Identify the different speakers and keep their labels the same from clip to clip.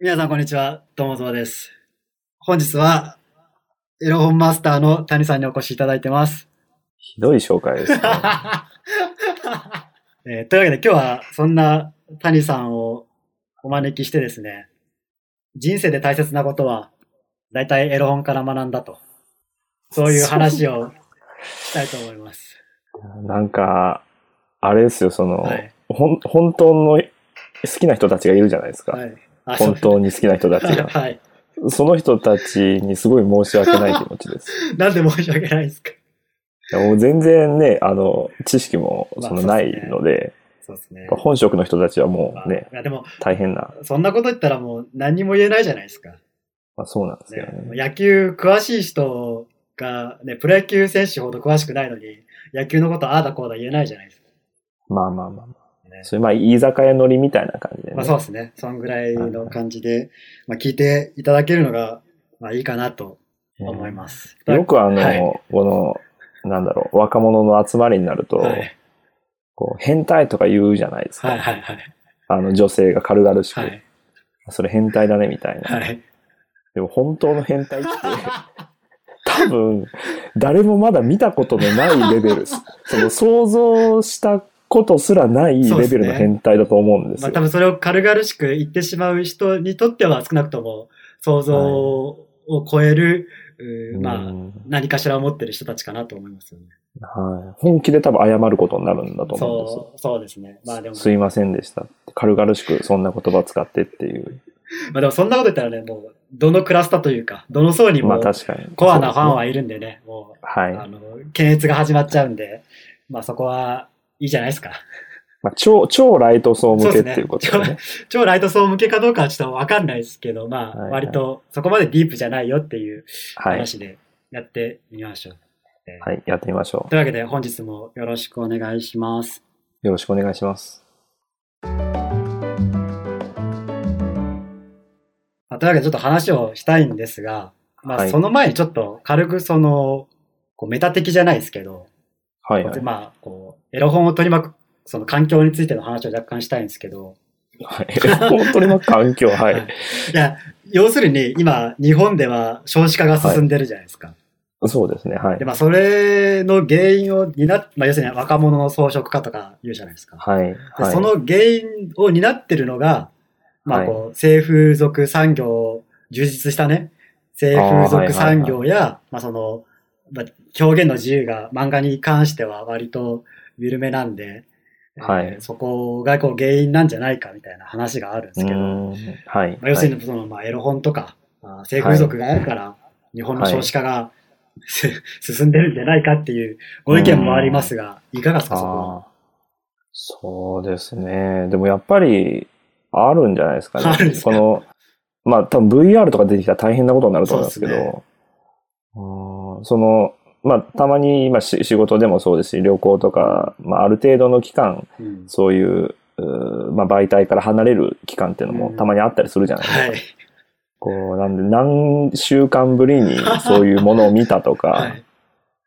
Speaker 1: 皆さん、こんにちは。どうもぞまです。本日は、エロ本マスターの谷さんにお越しいただいてます。
Speaker 2: ひどい紹介ですね。
Speaker 1: えーというわけで、今日はそんな谷さんをお招きしてですね、人生で大切なことは、だいたいエロ本から学んだと、そういう話をしたいと思います。
Speaker 2: なんか、あれですよ、その、
Speaker 1: はい。
Speaker 2: ほん本当の好きな人たちがいるじゃないですか。
Speaker 1: はい。あ
Speaker 2: 本当に好きな人たち
Speaker 1: そう
Speaker 2: が。
Speaker 1: はい。
Speaker 2: その人たちにすごい申し訳ない気持ちです。
Speaker 1: なんで申し訳ないですか。
Speaker 2: いやもう全然ね、あの、知識も
Speaker 1: まあ
Speaker 2: そのないので、
Speaker 1: そうですね。
Speaker 2: 本職の人たちはもうね、
Speaker 1: いやでも、
Speaker 2: 大変な、
Speaker 1: そんなこと言ったらもう何にも言えないじゃないですか。
Speaker 2: まあそうなんですけ
Speaker 1: ね
Speaker 2: どね。
Speaker 1: 野球詳しい人が、ね、プロ野球選手ほど詳しくないのに、野球のことああだこうだ言えないじゃないですか。
Speaker 2: まあまあまあまあ。
Speaker 1: ね
Speaker 2: それまあ、居酒屋乗りみたいな感じでね。
Speaker 1: まあ、そうですね。そんぐらいの感じで、まあ、聞いていただけるのが、まあ、いいかなと思います。
Speaker 2: うんよくあの、
Speaker 1: はい
Speaker 2: この、なんだろう、若者の集まりになると、
Speaker 1: はい、
Speaker 2: こう、変態とか言うじゃないですか。
Speaker 1: はい、はい、はい。
Speaker 2: あの、女性が軽々しく、
Speaker 1: はい、
Speaker 2: それ変態だね、みたいな。
Speaker 1: はい。
Speaker 2: でも、本当の変態って、 多分、誰もまだ見たことのないレベ ルです。その、想像したことすらないレベルの変態だと思うんで す
Speaker 1: まあ、
Speaker 2: よ。
Speaker 1: 多分それを軽々しく言ってしまう人にとっては少なくとも想像を超える、うー
Speaker 2: う
Speaker 1: まあ、
Speaker 2: ん
Speaker 1: 何かしらを持ってる人たちかなと思いますよね。
Speaker 2: はい、本気で多分謝ることになるんだと思うんですよ。
Speaker 1: そう、そうですね。まあでも、
Speaker 2: すいませんでした。軽々しくそんな言葉使ってっていう。
Speaker 1: まあでもそんなこと言ったらね、もう、どのクラスターというか、どの層に
Speaker 2: まあ
Speaker 1: も、
Speaker 2: 確かに。
Speaker 1: コアなファン
Speaker 2: そう
Speaker 1: はいるんでね、も
Speaker 2: ですねは
Speaker 1: う、
Speaker 2: い。
Speaker 1: あの、検閲が始まっちゃうんで、まあそこはいいじゃないですか。
Speaker 2: まあ、超、超ライト層向けっていうこと
Speaker 1: そう
Speaker 2: で
Speaker 1: で
Speaker 2: ね。
Speaker 1: 超ライト層向けかどうかはちょっとわかんないですけど、まあ、
Speaker 2: はいはい
Speaker 1: 割とそこまでディープじゃないよっていう
Speaker 2: はい。
Speaker 1: 話でやってみましょう。
Speaker 2: はい。やってみましょ
Speaker 1: というわけで本日もよろしくお願いします。
Speaker 2: う。よろしくお願いします。
Speaker 1: まあというわけでちょっと話をしたいんですが、ま
Speaker 2: は
Speaker 1: あ
Speaker 2: い
Speaker 1: その前にちょっと軽くその、こうメタ的じゃないですけど、
Speaker 2: はい、はい。
Speaker 1: まあ、こう、エロ本を取り巻く、その環境についての話を若干したいんですけど、
Speaker 2: はい。本当にの環境、はい。
Speaker 1: はいいや、要するに今、日本では少子化が進んでるじゃないですか。
Speaker 2: そうですね、はい
Speaker 1: で、。まあ、それの原因を担っ、まあ、要するに若者の装飾化とか言うじゃないですか。
Speaker 2: はい。
Speaker 1: で
Speaker 2: はい
Speaker 1: その原因を担ってるのが、まあ、こう、性風俗産業を充実したね、性風俗産業や、まあ、その、まあ、表現の自由が漫画に関しては割と緩めなんで、
Speaker 2: はい
Speaker 1: えーそこがこう原因なんじゃないかみたいな話があるんですけど、
Speaker 2: う
Speaker 1: ま
Speaker 2: ーんはい。
Speaker 1: あ、要するにその、まあ、エロ本とか、まあ性風俗があるから、日本の少子化が、 進んでるんじゃないかっていうご意見もありますが、いかがですか、そこは
Speaker 2: ああ。そうですね。でもやっぱり、あるんじゃないですかね。
Speaker 1: あるんですか
Speaker 2: この、まあ多分 VR とか出てきたら大変なことになると思うんですけど、
Speaker 1: そううです
Speaker 2: ーんその、まあたまに今し仕事でもそうですし、旅行とか、まあある程度の期間、
Speaker 1: うん
Speaker 2: そういう、うーまあ媒体から離れる期間っていうのもたまにあったりするじゃないですか。
Speaker 1: はい。
Speaker 2: こう、なんで何週間ぶりにそういうものを見たとか、
Speaker 1: はい。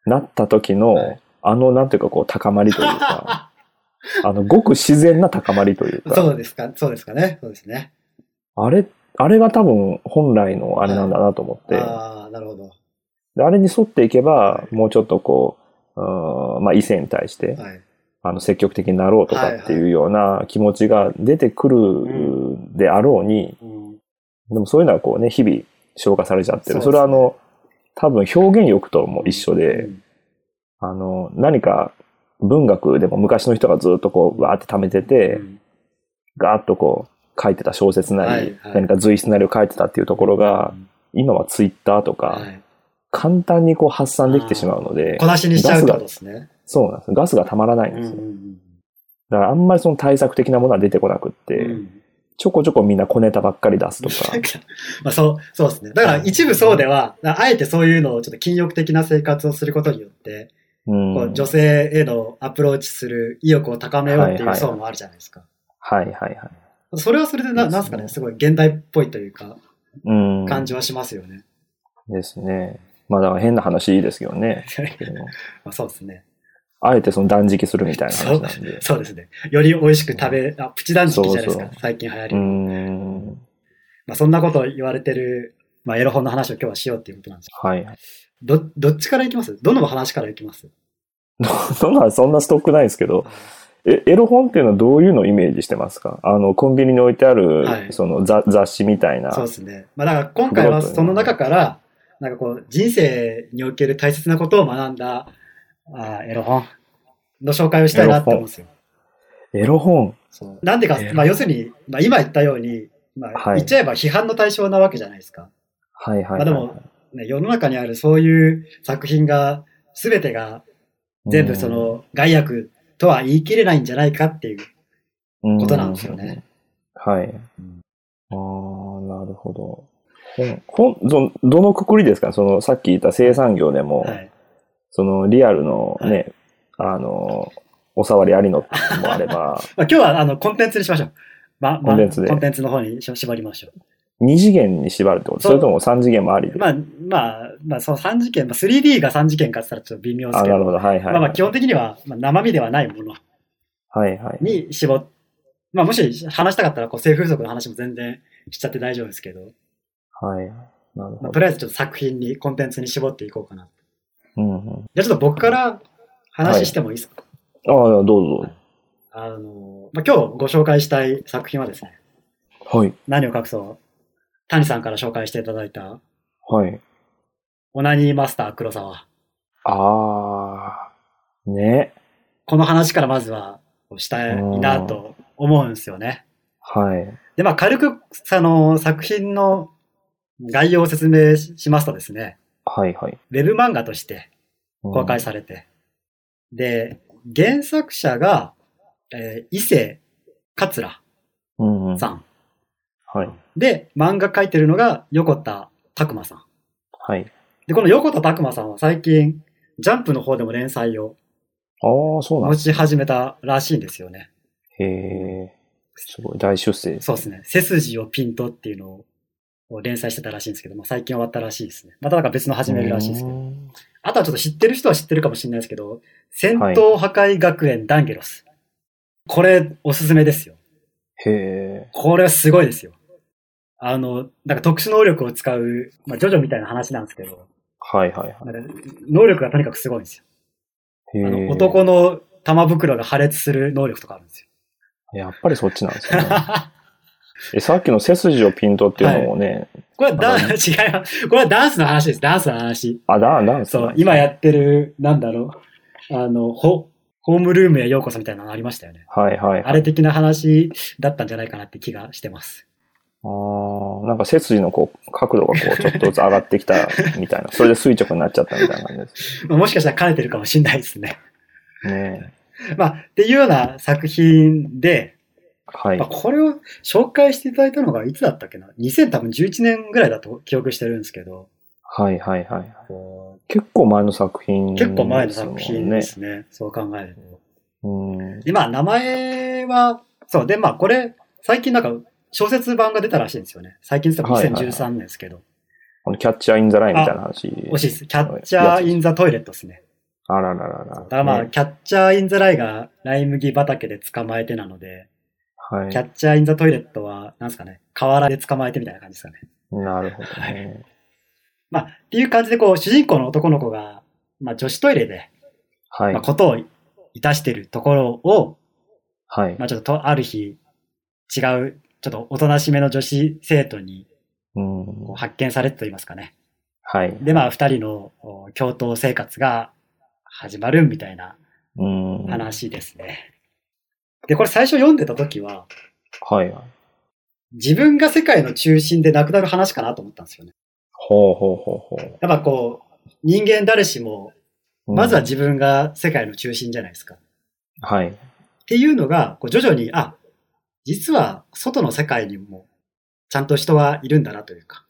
Speaker 2: なった時
Speaker 1: は
Speaker 2: の
Speaker 1: い、
Speaker 2: あの、なんていうかこう、高まりというか、 あの、ごく自然な高まりというか、
Speaker 1: そうですか、そうですかね。そうですね。
Speaker 2: あれ、あれが多分本来のあれなんだなと思って、
Speaker 1: ああ、なるほど。
Speaker 2: であれに沿っていけば、もうちょっとこう、うーんまあ、異性に対して、
Speaker 1: はい。
Speaker 2: あの、積極的になろうと
Speaker 1: はい
Speaker 2: か
Speaker 1: はい
Speaker 2: っていうような気持ちが出てく
Speaker 1: う
Speaker 2: るであろうに、
Speaker 1: うん
Speaker 2: でもそういうのはこうね、日々消化されちゃって
Speaker 1: そうですね
Speaker 2: る。それはあの、多分表現力とも一緒で、
Speaker 1: うん
Speaker 2: あの、何か文学でも昔の人がずっとこう、わーって溜めてて、
Speaker 1: うん
Speaker 2: ガーッとこう、書いてた小説なり、
Speaker 1: はいはい
Speaker 2: 何か随筆なりを書いてたっていうところが、今はツイッターとか、
Speaker 1: はい
Speaker 2: 簡単にこう発散できてしまうので
Speaker 1: 小、出しにしちゃうってことですね。
Speaker 2: そうなんです。ガスがたまらないんですよ。
Speaker 1: うん
Speaker 2: だからあんまりその対策的なものは出てこなくって、
Speaker 1: うん
Speaker 2: ちょこちょこみんな小ネタばっかり出すとか
Speaker 1: なん、かまあそう、そうですね。だから一部そうでは、あえてそういうのをちょっと禁欲的な生活をすることによって、
Speaker 2: うん。
Speaker 1: こう女性へのアプローチする意欲を高めようっていう層もあるじゃないですか。
Speaker 2: はいはいはい。
Speaker 1: それはそれでな、なんすかね、すごい現代っぽいというか、
Speaker 2: うん。
Speaker 1: 感じはしますよね。
Speaker 2: ですね。まあだから変な話ですけど ね。
Speaker 1: まあそうですね。
Speaker 2: あえてその断食するみたいな話なんで。
Speaker 1: そうですね。より美味しく食べ、あ、プチ断食じゃないですか。
Speaker 2: そう
Speaker 1: 最近流行り
Speaker 2: う
Speaker 1: の。
Speaker 2: ん。
Speaker 1: まあまあ、そんなことを言われてる、まあ、エロ本の話を今日はしようっていうことなんです
Speaker 2: はい。
Speaker 1: ど、どっちからいきますどの話からいきます
Speaker 2: そ んな、そんなストックないんですけど、え、エロ本っていうのはどういうのをイメージしてますかあの、コンビニに置いてある、はい、その雑雑誌みたいな。
Speaker 1: そうですね。まあ、だから今回はその中から、なんかこう、人生における大切なことを学んだ、あエロ本の紹介をしたいなって思うんですよ。
Speaker 2: エロ本
Speaker 1: なんでか、まあ、要するに、まあ、今言ったように、まあ、言っちゃえば批判の対象なわけじゃないですか。
Speaker 2: はいはい、はい、
Speaker 1: まあ、でも、ね、世の中にあるそういう作品が、すべてが、全部その害悪とは言い切れないんじゃないかっていうことなんですよね。
Speaker 2: はい。ああ、なるほど。本、ど、どのくくりですかその、さっき言った生産業でも、はい、その、リアルのね、はい、あの、おさわりありのもあれば。
Speaker 1: まあ今日はあのコンテンツにしましょう。まあ、
Speaker 2: コンテンツで。
Speaker 1: コンテンツの方に縛りましょ
Speaker 2: う。2次元に縛るってことそれとも3次元もあり
Speaker 1: まあ、まあ、まあ、その3次元、まあ、3D が3次元かって言ったらちょっと微妙ですけど。
Speaker 2: なるほど、はいはい、はい、
Speaker 1: まあまあ、基本的には、まあ、生身ではないもの。
Speaker 2: はいはい。
Speaker 1: に絞っ、まあ、もし話したかったら、こう、性風俗の話も全然しちゃって大丈夫ですけど。
Speaker 2: はい。なるほど。
Speaker 1: とりあえずちょっと作品に、コンテンツに絞っていこうかな。
Speaker 2: うんうん。
Speaker 1: じゃあちょっと僕から話してもいいですか、はい
Speaker 2: ああ、どうぞ。
Speaker 1: あの、まあ、今日ご紹介したい作品はですね。
Speaker 2: はい。
Speaker 1: 何を隠そう。谷さんから紹介していただいた。
Speaker 2: はい。
Speaker 1: オナニーマスター黒沢。
Speaker 2: ああ、ね。
Speaker 1: この話からまずはしたいなと思うんですよね。
Speaker 2: はい。
Speaker 1: で、まあ、軽く、その、作品の概要を説明しますとですね。
Speaker 2: はいはい。
Speaker 1: ウェブ漫画として公開されて。うん、で、原作者が、えー、伊勢桂さん,、うんうん
Speaker 2: はい。
Speaker 1: で、漫画描いてるのが横田拓馬さん。
Speaker 2: はい。
Speaker 1: で、この横田拓馬さんは最近、ジャンプの方でも連載を
Speaker 2: ああ、そうなん
Speaker 1: 持ち始めたらしいんですよね。
Speaker 2: へえ、すごい、大出世、ね、
Speaker 1: そうですね。背筋をピントっていうのを連載してたらしいんですけど、まあ、最近終わったらしいですね。またなんか別の始めるらしいですけど。あとはちょっと知ってる人は知ってるかもしれないですけど、戦闘破壊学園ダンゲロス。はい、これ、おすすめですよ。
Speaker 2: へえ。
Speaker 1: これはすごいですよ。あの、なんか特殊能力を使う、まあ、ジョジョみたいな話なんですけど。
Speaker 2: はいはいはい。
Speaker 1: 能力がとにかくすごいんですよ。へあの男の玉袋が破裂する能力とかあるんです
Speaker 2: よ。やっぱりそっちなんですね。 え、さっきの背筋をピントっていうのもね。
Speaker 1: はい 、これはダン、違います。これはダンスの話です。ダンスの話。
Speaker 2: あ、ダン、ダンス。
Speaker 1: そう、今やってる、なんだろう。あの、ホ、ホームルームへようこそみたいなのありましたよね。
Speaker 2: はいはい、はい、
Speaker 1: あれ的な話だったんじゃないかなって気がしてます。
Speaker 2: ああ、なんか背筋のこう、角度がこう、ちょっとずつ上がってきたみたいな。それで垂直になっちゃったみたいな感じです。
Speaker 1: もしかしたら兼ねてるかもしれないですね。
Speaker 2: ね
Speaker 1: まあ、っていうような作品で、
Speaker 2: はい。
Speaker 1: まあ、これを紹介していただいたのがいつだったっけな ?2011 年ぐらいだと記憶してるんですけど。
Speaker 2: はいはいはい。結構前の作品、
Speaker 1: ね、結構前の作品ですね。そう考える
Speaker 2: と。うん。
Speaker 1: 今、名前は、そう、で、まあこれ、最近なんか小説版が出たらしいんですよね。最近って2013年ですけど。はい
Speaker 2: はいはい、このキャッチャーインザラインみたいな話。
Speaker 1: 惜しいです。キャッチャーインザトイレットですね。
Speaker 2: あらららら。
Speaker 1: だからまあ、ね、キャッチャーインザライがライ麦畑で捕まえてなので、
Speaker 2: はい、
Speaker 1: キャッチャーインザトイレットは、なんですかね、河原で捕まえてみたいな感じですかね。
Speaker 2: なるほど、ね、はい。
Speaker 1: まあ、っていう感じで、こう、主人公の男の子が、まあ、女子トイレで、
Speaker 2: はい。
Speaker 1: まあ、ことをいたしてるところを、
Speaker 2: はい。
Speaker 1: まあ、ちょっと、ある日、違う、ちょっと、おとなしめの女子生徒に、
Speaker 2: うん。
Speaker 1: 発見されてと言いますかね。
Speaker 2: はい。
Speaker 1: で、まあ、二人の共闘生活が始まるみたいな、
Speaker 2: うん。
Speaker 1: 話ですね。で、これ最初読んでた時は、
Speaker 2: はい。
Speaker 1: 自分が世界の中心でなくなる話かなと思ったんですよね。
Speaker 2: ほうほうほうほう。
Speaker 1: やっぱこう、人間誰しも、まずは自分が世界の中心じゃないですか。
Speaker 2: うん、はい。って
Speaker 1: いうのが、こう徐々に、あ、実は外の世界にも、ちゃんと人はいるんだなというか。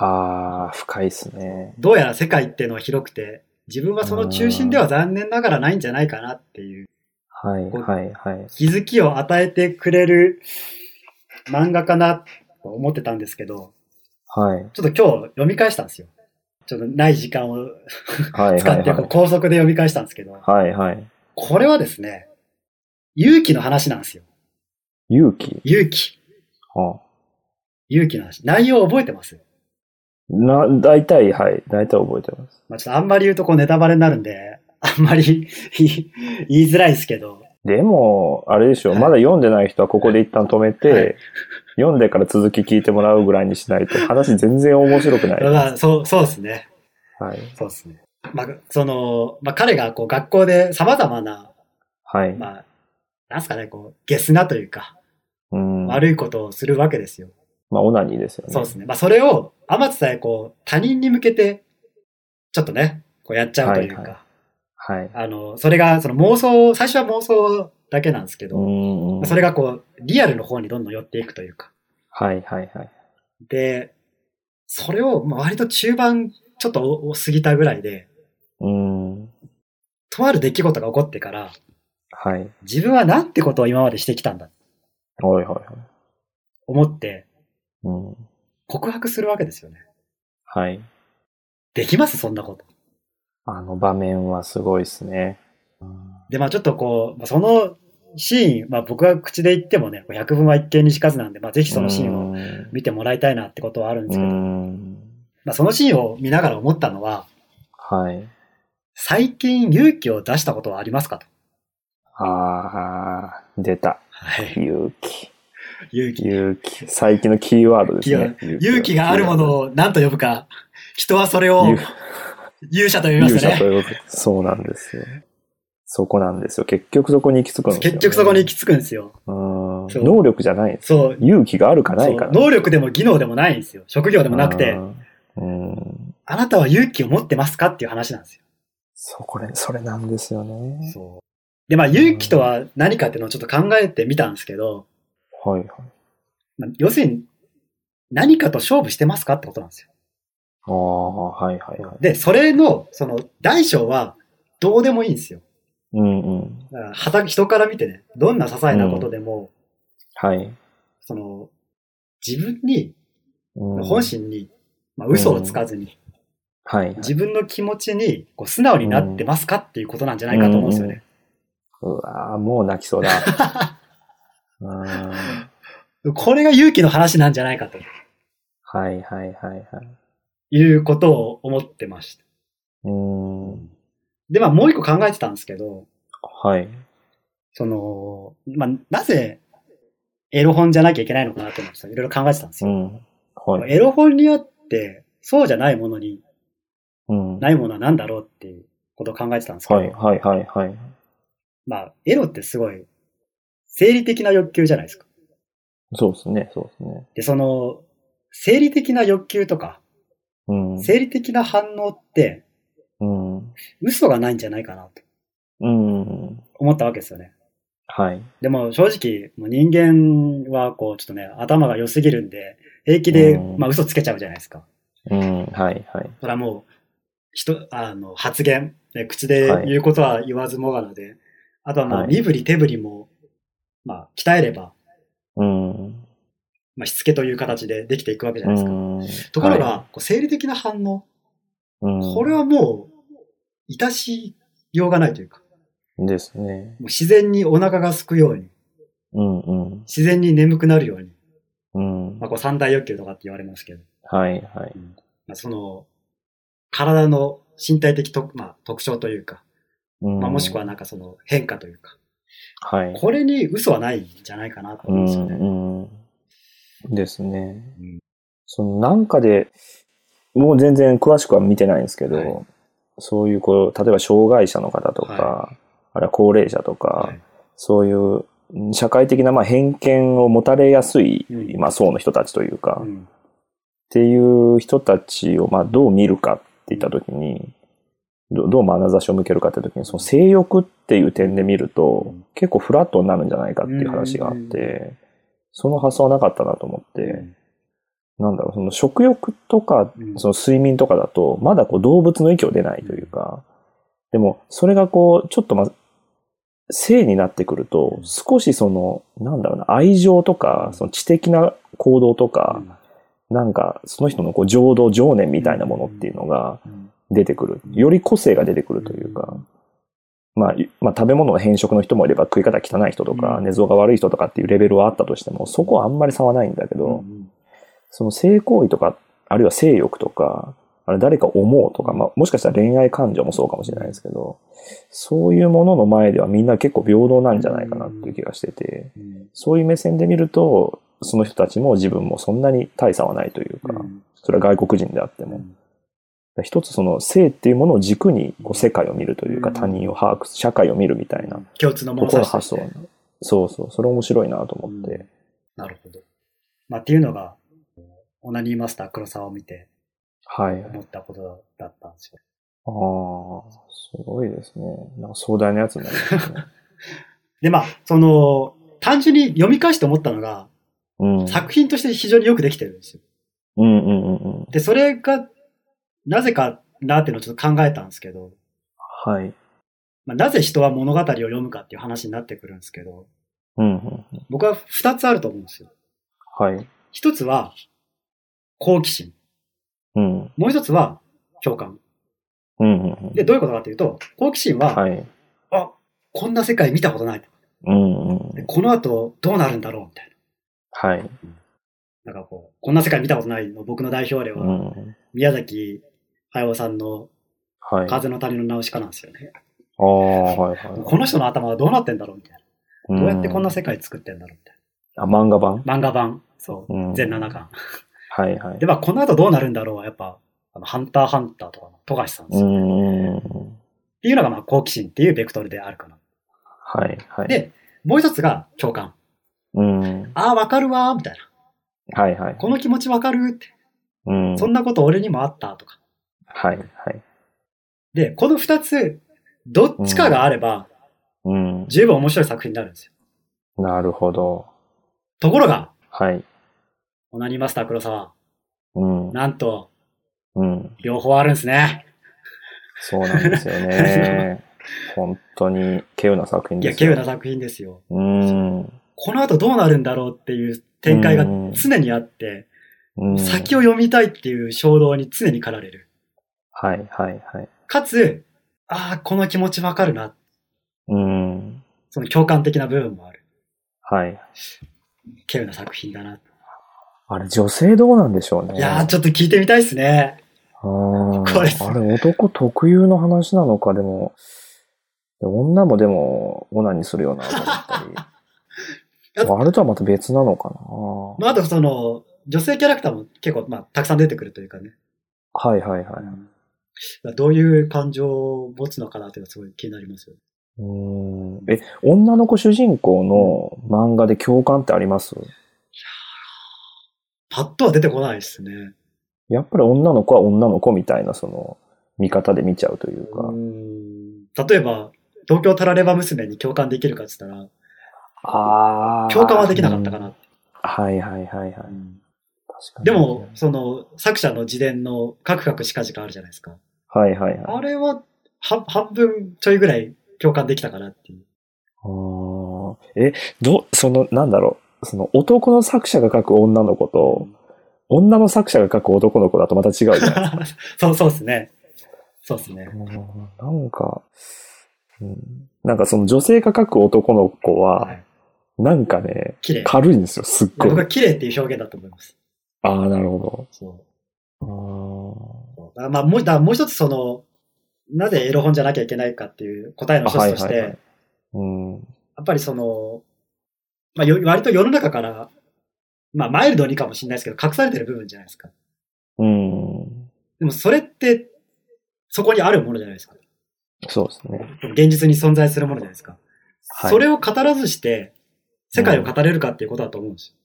Speaker 2: ああ、深いですね。
Speaker 1: どうやら世界っていうのは広くて、自分はその中心では残念ながらないんじゃないかなっていう。
Speaker 2: はい、はい、はい。
Speaker 1: 気づきを与えてくれる漫画かなと思ってたんですけど、
Speaker 2: はい。
Speaker 1: ちょっと今日読み返したんですよ。ちょっとない時間を使って、高速で読み返したんですけど、
Speaker 2: はい、はい。
Speaker 1: これはですね、勇気の話なんですよ。
Speaker 2: 勇気
Speaker 1: 勇気。
Speaker 2: はあ、
Speaker 1: 勇気の話。内容覚えてます
Speaker 2: な、大体、はい。大体覚えてます。
Speaker 1: まあ、ちょっとあんまり言うとこうネタバレになるんで、あんまり 言い言いづらいですけど。
Speaker 2: でも、あれでしょ、
Speaker 1: はい
Speaker 2: まだ読んでない人はここで一旦止めて、
Speaker 1: はい
Speaker 2: 読んでから続き聞いてもらうぐらいにしないと、話全然面白くない。は
Speaker 1: まあ、そう、そうですね。
Speaker 2: い。
Speaker 1: そうですね。まあ、その、まあ、彼がこう学校で様々な、
Speaker 2: はい。
Speaker 1: まあ、なんすかね、こう、ゲスなというか、
Speaker 2: うん。ま
Speaker 1: 悪いことをするわけですよ。
Speaker 2: あ、オナニーですよね。
Speaker 1: そうですね。まあ、それを、あまつさえこう、他人に向けて、ちょっとね、こうやっちゃうというか、
Speaker 2: はいははい。
Speaker 1: あの、それが、その妄想、最初は妄想だけなんですけ
Speaker 2: う
Speaker 1: ど、
Speaker 2: んうん。
Speaker 1: それがこう、リアルの方にどんどん寄っていくというか。
Speaker 2: はいはいはい。
Speaker 1: で、それを、まあ割と中盤、ちょっとおお過ぎたぐらいで、
Speaker 2: うん。
Speaker 1: とある出来事が起こってから、
Speaker 2: はい。
Speaker 1: 自分はなんてことを今までしてきたんだ、
Speaker 2: はいはいはい。
Speaker 1: 思って、
Speaker 2: うん。
Speaker 1: 告白するわけですよね。
Speaker 2: はい。
Speaker 1: できますそんなこと。
Speaker 2: あの場面はすごいですね。うん
Speaker 1: で、まあちょっとこう、まあそのシーン、まあ僕が口で言ってもね、百聞は一見にしかずなんで、まあぜひそのシーンを
Speaker 2: うん
Speaker 1: 見てもらいたいなってことはあるんです
Speaker 2: う
Speaker 1: けど、
Speaker 2: ん。
Speaker 1: まあそのシーンを見ながら思ったのは、
Speaker 2: はい。
Speaker 1: 最近勇気を出したことはありますかと。
Speaker 2: あー、出た。
Speaker 1: はい。
Speaker 2: 勇気。
Speaker 1: 勇気。
Speaker 2: 勇気。最近のキーワードです ね。
Speaker 1: 勇気があるもの
Speaker 2: を。
Speaker 1: を何と呼ぶか、人はそれを
Speaker 2: 勇
Speaker 1: 勇者と呼びま
Speaker 2: 勇
Speaker 1: す
Speaker 2: 者と
Speaker 1: ね。
Speaker 2: いうこと。そうなんですよ。そこなんですよ。結局そこに行き着くんですよね、
Speaker 1: 結局そこに行き着くんですよ。
Speaker 2: うん
Speaker 1: そう
Speaker 2: 能力じゃないんです。
Speaker 1: そう。
Speaker 2: 勇気があるかない
Speaker 1: そ
Speaker 2: か
Speaker 1: う
Speaker 2: ら。
Speaker 1: 能力でも技能でもないんですよ。職業でもなくて、
Speaker 2: うん。うん。
Speaker 1: あなたは勇気を持ってますかっていう話なんです
Speaker 2: そう、これ、それなんですよ
Speaker 1: よ。
Speaker 2: ね。
Speaker 1: そう。で、まあ、勇気とは何かっていうのをちょっと考えてみたんですけど、
Speaker 2: はいはい。
Speaker 1: まあ要するに、何かと勝負してますかってことなんですよ。
Speaker 2: ああ、はいはいはい。
Speaker 1: で、それの、その、大小は、どうでもいいんですよ。
Speaker 2: うんうん。
Speaker 1: だからはた人から見てね、どんな些細なことでも、
Speaker 2: はい。
Speaker 1: その、自分に
Speaker 2: うん
Speaker 1: 本心に、まあ、嘘をつかずに、
Speaker 2: はい。
Speaker 1: 自分の気持ちにこう素直になってますかっていうことなんじゃないかと思うんですよね。
Speaker 2: うわーもう泣きそうだ。 うーんはい
Speaker 1: これが勇気の話なんじゃないかと
Speaker 2: はいはいはい。
Speaker 1: いうことを思ってました。
Speaker 2: うーん。
Speaker 1: で、まあもう一個考えてたんですけど、
Speaker 2: はい。
Speaker 1: その、まあなぜエロ本じゃなきゃいけないのかなって思ってたいろいろ考えてたんです
Speaker 2: う
Speaker 1: よ。
Speaker 2: ん。はい。
Speaker 1: エロ本にあって、そうじゃないものに、
Speaker 2: うん。は
Speaker 1: ないものは何だろうっていうことを考えてたんですけど、
Speaker 2: いはいはいはい。
Speaker 1: まあエロってすごい生理的な欲求じゃないですか。
Speaker 2: そうですね、そうですね。
Speaker 1: で、その、生理的な欲求とか、
Speaker 2: うん。
Speaker 1: 生理的な反応って
Speaker 2: うん。
Speaker 1: 嘘がないんじゃないかなと
Speaker 2: うん。
Speaker 1: 思ったわけですよね。
Speaker 2: はい。
Speaker 1: でも正直、もう人間はこうちょっとね、頭が良すぎるんで、平気で、
Speaker 2: うん
Speaker 1: まあ嘘つけちゃうじゃないですか。
Speaker 2: うん。はいはい。
Speaker 1: それはもう、人、あの、発言、ね口で言うことは言わずもがなで、あとはも
Speaker 2: は
Speaker 1: う
Speaker 2: い
Speaker 1: 身振り手振りも、まあ鍛えれば、
Speaker 2: うん。
Speaker 1: まあしつけという形でできていくわけじゃ
Speaker 2: う
Speaker 1: ないですか。
Speaker 2: ん。
Speaker 1: ところが、
Speaker 2: は
Speaker 1: こう生理的な反応、
Speaker 2: い、うん
Speaker 1: これはもう、致しようがないというか、
Speaker 2: ですね。
Speaker 1: もう自然にお腹が空くように、
Speaker 2: うんうん。
Speaker 1: 自然に眠くなるように、
Speaker 2: うん。
Speaker 1: まあ、
Speaker 2: は
Speaker 1: こう三大欲求とかって言われますけど、
Speaker 2: いはい。
Speaker 1: まあ、その、体の身体的と、まあ、特徴というか、
Speaker 2: うん
Speaker 1: まあ、もしくはなんかその変化というか、
Speaker 2: はい。
Speaker 1: これに嘘はないんじゃないかなと
Speaker 2: う
Speaker 1: 思うんですよね。
Speaker 2: ん、うん。ですね。
Speaker 1: うん
Speaker 2: そのなんかで、もう全然詳しくは見てないんですけど、
Speaker 1: はい
Speaker 2: そういうこう、例えば障害者の方とか、
Speaker 1: は
Speaker 2: あるいは高齢者とか、
Speaker 1: はい
Speaker 2: そういううん社会的なまあ偏見を持たれやすい、
Speaker 1: うん
Speaker 2: まあ層の人たちというか、
Speaker 1: う
Speaker 2: っ
Speaker 1: ん
Speaker 2: ていう人たちをまあどう見るかっていったときに、どどう眼差しを向けるかって時に、その性欲っていう点で見ると
Speaker 1: うん、
Speaker 2: 結構フラットになるんじゃないかっていう話があっ
Speaker 1: うんう
Speaker 2: て、その発想はなかったなと思って、なんだろう、その食欲とか
Speaker 1: う、ん
Speaker 2: その睡眠とかだと、まだこう動物の域を出ないというか、でも、それがこう、ちょっとま、性になってくると
Speaker 1: う、ん
Speaker 2: 少しその、なんだろうな、愛情とか、その知的な行動とか、なんか、その人のこう、情動、情念みたいなものっていうのが、
Speaker 1: うん
Speaker 2: 出てくる。より個性が出てくるというか、まあ、いまあ、食べ物の変色の人もいれば食い方汚い人とか、
Speaker 1: うん
Speaker 2: 寝相が悪い人とかっていうレベルはあったとしても、そこはあんまり差はないんだけ
Speaker 1: う
Speaker 2: ど、
Speaker 1: ん
Speaker 2: その性行為とか、あるいは性欲とか、あれ誰か思うとか、まあ、もしかしたら恋愛感情もそうかもしれないですけど、そういうものの前ではみんな結構平等なんじゃないかなっていう気がしてて、
Speaker 1: うん
Speaker 2: そういう目線で見ると、その人たちも自分もそんなに大差はないというか、
Speaker 1: うん
Speaker 2: それは外国人であっても。一つその性っていうものを軸にこう世界を見るというか、
Speaker 1: うん
Speaker 2: 他人を把握、社会を見るみたいな、
Speaker 1: 共通のも
Speaker 2: こ
Speaker 1: の
Speaker 2: この
Speaker 1: 指して
Speaker 2: 発想な。そうそう、それ面白いなと思って。
Speaker 1: なるほど。まあ、っていうのが、オナニーマスター黒沢を見て
Speaker 2: はい。あ
Speaker 1: 思ったことだったんですよ。
Speaker 2: あー、すごいですね。なんか壮大なやつになりますね。
Speaker 1: で、まあ、その、単純に読み返して思ったのが、
Speaker 2: う ん。
Speaker 1: 作品として非常によくできてるんですよ。
Speaker 2: うんうんうんうん。
Speaker 1: で、それが、なぜかなっていうのをちょっと考えたんですけど、
Speaker 2: はい。
Speaker 1: まあ、なぜ人は物語を読むかっていう話になってくるんですけど、
Speaker 2: うんうんうん。
Speaker 1: 僕は二つあると思うんですよ。
Speaker 2: はい。
Speaker 1: 一つは、好奇心。
Speaker 2: うん。
Speaker 1: もう一つは、共感。
Speaker 2: うんうんうん。
Speaker 1: で、どういうことかというと、好奇心は、
Speaker 2: はい。
Speaker 1: あ、こんな世界見たことない。
Speaker 2: うんうん。
Speaker 1: でこの後どうなるんだろうみたい
Speaker 2: はい。
Speaker 1: な。なんかこう、こんな世界見たことないの、僕の代表例
Speaker 2: う
Speaker 1: は、
Speaker 2: ん。
Speaker 1: 宮崎駿さんの
Speaker 2: はい。あ
Speaker 1: 風の谷のナウシカなんですよね。
Speaker 2: あー、はいはい。
Speaker 1: この人の頭はどうなってんだろうみたいな。どうやってこんな
Speaker 2: 世
Speaker 1: 世界作ってんだろうみたい
Speaker 2: あ、漫画版
Speaker 1: な。漫画版、そう
Speaker 2: う、ん
Speaker 1: 全7巻。
Speaker 2: はいはい
Speaker 1: で、。まあ、この後どうなるんだろうは、やっぱ、あのハンターハンターとかの富樫さんで
Speaker 2: う
Speaker 1: すよ、
Speaker 2: ん
Speaker 1: っ
Speaker 2: うんうん。
Speaker 1: ていうのが、まあ、好奇心っていうベクトルであるかな。
Speaker 2: はいはい。
Speaker 1: で、もう一つが共感。
Speaker 2: うん。
Speaker 1: ああ、わかるわー、みたいな。
Speaker 2: はいはい。
Speaker 1: この気持ちわかるって。
Speaker 2: うん。
Speaker 1: そんなこと俺にもあった、とか。
Speaker 2: はいはい。
Speaker 1: で、この二つ、どっちかがあれば、
Speaker 2: うん。
Speaker 1: 十分面白い作品になるんですよ。
Speaker 2: なるほど。
Speaker 1: ところが、
Speaker 2: はい。
Speaker 1: オナニーマスター黒沢、
Speaker 2: うん。
Speaker 1: なんと、
Speaker 2: うん。
Speaker 1: 両方あるんですね。
Speaker 2: そうなんですよ ね。本当に、稀有な作品
Speaker 1: いや、
Speaker 2: です
Speaker 1: 稀
Speaker 2: よ。
Speaker 1: 有な作品ですよ。
Speaker 2: うん。
Speaker 1: この後どうなるんだろうっていう展開が
Speaker 2: うん
Speaker 1: 常にあって、
Speaker 2: うん。
Speaker 1: 先を読みたいっていう衝動に常に駆られる。
Speaker 2: はいはいはい。
Speaker 1: かつ、ああ、この気持ちわかるな。
Speaker 2: うん。
Speaker 1: その共感的な部分もある。
Speaker 2: はい。
Speaker 1: 稀有な作品だな。
Speaker 2: あれ、女性どうなんでしょう
Speaker 1: い
Speaker 2: ね。
Speaker 1: やー、ちょっと聞いてみたいですね。
Speaker 2: あー
Speaker 1: これです
Speaker 2: あれ、男特有の話なのか、でも、女もでも、オナニーするよな、と思った り。あれとはまた別なのかな。
Speaker 1: まあ、あとその、女性キャラクターも結構、まあ、たくさん出てくるというかね。
Speaker 2: はいはいはい。
Speaker 1: どういう感情を持つのかなっていうのはすごい気になりますよね。
Speaker 2: うーんえ、女の子主人公の漫画で共感ってあります
Speaker 1: パッとは出てこないですね。
Speaker 2: やっぱり女の子は女の子みたいな、その、見方で見ちゃうというか
Speaker 1: う。ん例えば、東京タラレバ娘に共感できるかって言ったら、
Speaker 2: あ
Speaker 1: 共感はできなかったか
Speaker 2: な。
Speaker 1: な。
Speaker 2: はいはいはいはい。確かに。
Speaker 1: でも、、その、作者の自伝のカクカクしかじかあるじゃないですか。
Speaker 2: はいはいはい。
Speaker 1: あれは、は半分ちょいぐらい共感できたかなっていう。
Speaker 2: あーえ、ど、その、なんだろう、その男の作者が書く女の子と、女の作者が書く男の子だとまた違うじゃないですか。
Speaker 1: そう、そうですね。そうですね。
Speaker 2: なんか、うん、なんかその女性が書く男の子は、
Speaker 1: はい
Speaker 2: なんかね、
Speaker 1: 綺麗。
Speaker 2: 軽いんですよ、すっご
Speaker 1: 僕
Speaker 2: い。
Speaker 1: は綺麗っていう表現だと思います。
Speaker 2: ああ、なるほ
Speaker 1: そう。
Speaker 2: ど。
Speaker 1: あまあ、もう、だからもう一つその、なぜエロ本じゃなきゃいけないかっていう答えの
Speaker 2: あ
Speaker 1: 一つとして、
Speaker 2: はいはいはいうん。
Speaker 1: やっぱりその、まあ、よ割と世の中から、まあ、マイルドにかもしれないですけど、隠されてる部分じゃないですか。
Speaker 2: うん。
Speaker 1: でも、それって、そこにあるものじゃないですか。
Speaker 2: そうですね。
Speaker 1: 現実に存在するものじゃないですか。
Speaker 2: はい
Speaker 1: それを語らずして、世界を語れるかっていうことだと思うんです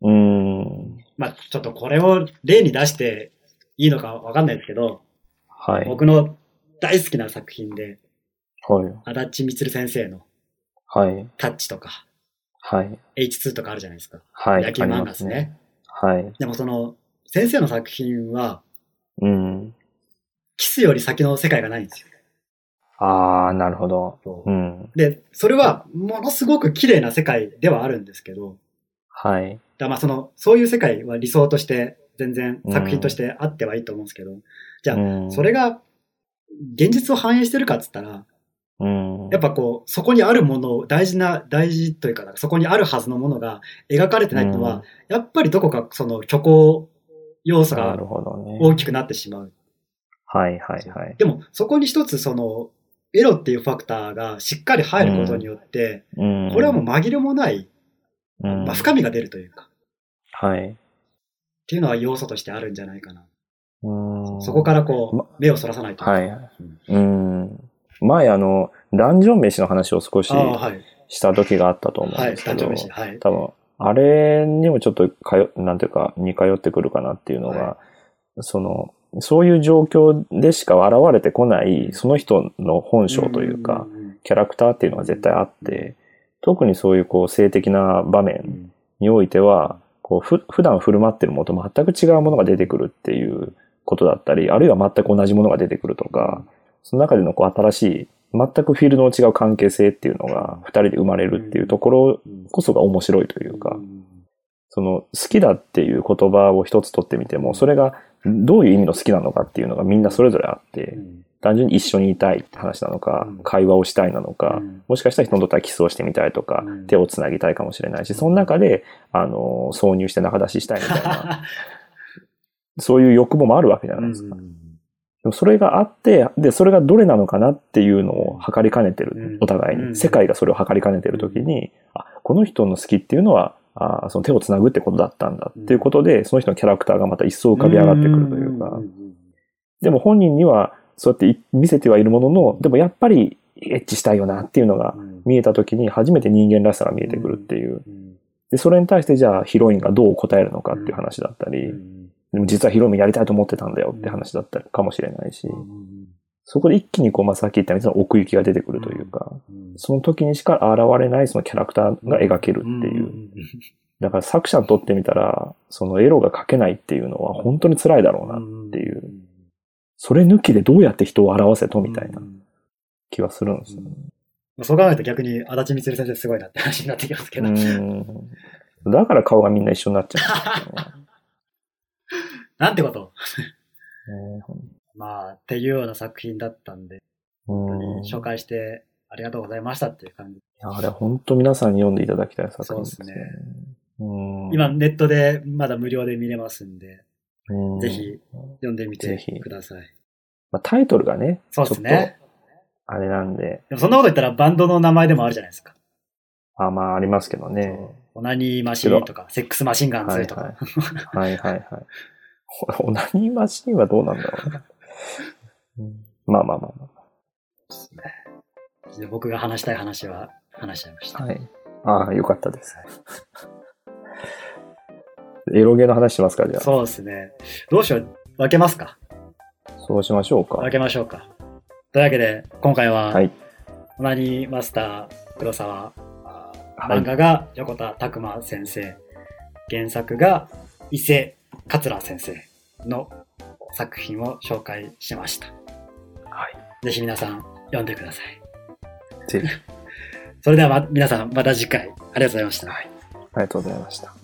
Speaker 1: よ。
Speaker 2: うん。
Speaker 1: まあ、ちょっとこれを例に出していいのかわかんないですけど、
Speaker 2: はい。
Speaker 1: 僕の大好きな作品で、
Speaker 2: はい。
Speaker 1: 足立みつる先生の
Speaker 2: はい。
Speaker 1: タッチとか、
Speaker 2: はい。
Speaker 1: H2 とかあるじゃないですか。
Speaker 2: はい。
Speaker 1: 野球漫画ですね
Speaker 2: ありますね。はい。
Speaker 1: でもその、先生の作品は、
Speaker 2: うん。
Speaker 1: キスより先の世界がないんです
Speaker 2: ああ、なるほど。
Speaker 1: よ。
Speaker 2: うん。
Speaker 1: で、それは、ものすごく綺麗な世界ではあるんですけど、
Speaker 2: はい。
Speaker 1: だからまあその、そういう世界は理想として、全然作品としてあってはいいと思うんですけど、じゃあ
Speaker 2: うん
Speaker 1: それが、現実を反映してるかっつったら、
Speaker 2: うん。
Speaker 1: やっぱこう、そこにあるものを、大事な、大事というか、そこにあるはずのものが描かれてないのは、やっぱりどこかその虚構要素
Speaker 2: な
Speaker 1: が
Speaker 2: るほどね。
Speaker 1: 大きくなってしまう。
Speaker 2: はいはいはい。
Speaker 1: でも、そこに一つその、エロっていうファクターがしっかり入ることによって、
Speaker 2: うん。
Speaker 1: これはもう紛れもない、
Speaker 2: う、ん
Speaker 1: まあ、深みが出るというか、っ
Speaker 2: はい。
Speaker 1: ていうのは要素としてあるんじゃないかな。
Speaker 2: うん。
Speaker 1: そこからこ
Speaker 2: ま
Speaker 1: う、目をそらさないと。。
Speaker 2: はいいはい。うん。前、あの、ダンジョン飯の話を少し
Speaker 1: ああ、はい。
Speaker 2: した時があったと思うん
Speaker 1: はい、
Speaker 2: ですけ
Speaker 1: 誕
Speaker 2: ど、
Speaker 1: 生日はい。
Speaker 2: 多分、あれにもちょっと通、なんていうか、似通ってくるかなっていうのが、
Speaker 1: は
Speaker 2: その、そういう状況でしか現れてこない、その人の本性というか、
Speaker 1: んんん、
Speaker 2: キャラクターっていうのが絶対あって、特にそういうこう性的な場
Speaker 1: う
Speaker 2: 面
Speaker 1: ん
Speaker 2: においては、こうふ普段振る舞ってるものと全く違うものが出てくるっていうことだったり、あるいは全く同じものが出てくるとか、その中でのこう新しい、全くフィールドの違う関係性っていうのが二人で生まれるっていうところ
Speaker 1: うん
Speaker 2: こそが面白いというか
Speaker 1: う、ん
Speaker 2: その好きだっていう言葉を一つ取ってみても、それがどういう意味の好きなのかっていうのがみんなそれぞれあって
Speaker 1: う、ん
Speaker 2: 単純に一緒にいたいって話なのか
Speaker 1: うん、
Speaker 2: 会話をしたいなの
Speaker 1: う
Speaker 2: か
Speaker 1: ん、
Speaker 2: もしかしたら人にとってはキスをしてみたいとか
Speaker 1: うん、
Speaker 2: 手をつなぎたいかもしれないし、その中で、あの、挿入して仲出ししたいみ たいな、そういう欲望もあるわけじゃないですか。でもそれがあって、で、それがどれなのかなっていうのを測りかねて
Speaker 1: うん
Speaker 2: る、お互いうに。
Speaker 1: ん
Speaker 2: 世界がそれを測りかねてるときに、あ、この人の好きっていうのは、あその手をつなぐってことだったんだっていうことで、その人のキャラクターがまた一層浮かび上がってくるというか
Speaker 1: ん、ん
Speaker 2: でも本人にはそうやってい見せてはいるものの、でもやっぱりエッチしたいよなっていうのが
Speaker 1: うん
Speaker 2: 見えたときに初めて人間らしさが見えてくるっていう。
Speaker 1: うん
Speaker 2: で、それに対してじゃあヒロインがどう答えるのかっていう話だったり、でも実はヒロインやりたいと思ってたんだよって話だったかもしれないし、そこで一気にこう、まあ、さっき言ったみたいな奥行きが出てくるというか、その時にしか現れないそのキャラクターが描けるっていう。
Speaker 1: ん
Speaker 2: だから作者にとってみたら、そのエロが描けないっていうのは本当に辛いだろうな。
Speaker 1: ん
Speaker 2: ていうそれ抜きでどうやって人を表せとみたいな
Speaker 1: うん
Speaker 2: 気はするんですよね。
Speaker 1: そう考えると逆に足立みつる先生すごいなって話になってきますけど。
Speaker 2: うんだから顔がみんな一緒になっちゃうんですよね
Speaker 1: なんてこと
Speaker 2: ねほん
Speaker 1: まあ、っていうような作品だったんで、本当
Speaker 2: うん。
Speaker 1: に紹介してありがとうございましたっていう感じ。
Speaker 2: いやあれ本当皆さんに読んでいただきたい作品です
Speaker 1: そう
Speaker 2: ね
Speaker 1: で。
Speaker 2: うん
Speaker 1: 今、、ネットでまだ無料で見れますんで、
Speaker 2: うん
Speaker 1: ぜひ読んでみて
Speaker 2: ぜひ
Speaker 1: ください。
Speaker 2: まあ、タイトルがね、
Speaker 1: そうですね。
Speaker 2: あれなんで、
Speaker 1: でもそんなこと言ったらバンドの名前でもあるじゃないですか。
Speaker 2: あまあありますけどね。
Speaker 1: オナニーマシーンとか、セックスマシンガン
Speaker 2: はい
Speaker 1: 2とか。
Speaker 2: はい、はいはいはい。ほ オナニーマシーンはどうなんだろうな。うんまあまあまあま
Speaker 1: で僕が話したい話は話しちゃいました。
Speaker 2: あ。はい。ああ、よかったです。エロゲーの話しますか、じゃあ。
Speaker 1: そうですね。どうしよう。分けますか
Speaker 2: そうしましょうか。
Speaker 1: 分けましょうか。というわけで、今回は、
Speaker 2: はい。
Speaker 1: オナニーマスター黒沢、あ
Speaker 2: はい
Speaker 1: 漫画が横田拓馬先生、原作が伊勢桂先生の作品を紹介しました。
Speaker 2: は
Speaker 1: ぜひ皆さん読んでください。
Speaker 2: い。ぜひ。あ
Speaker 1: それでは、ま、皆さんまた次回ありがとうございました。
Speaker 2: りがとうございました。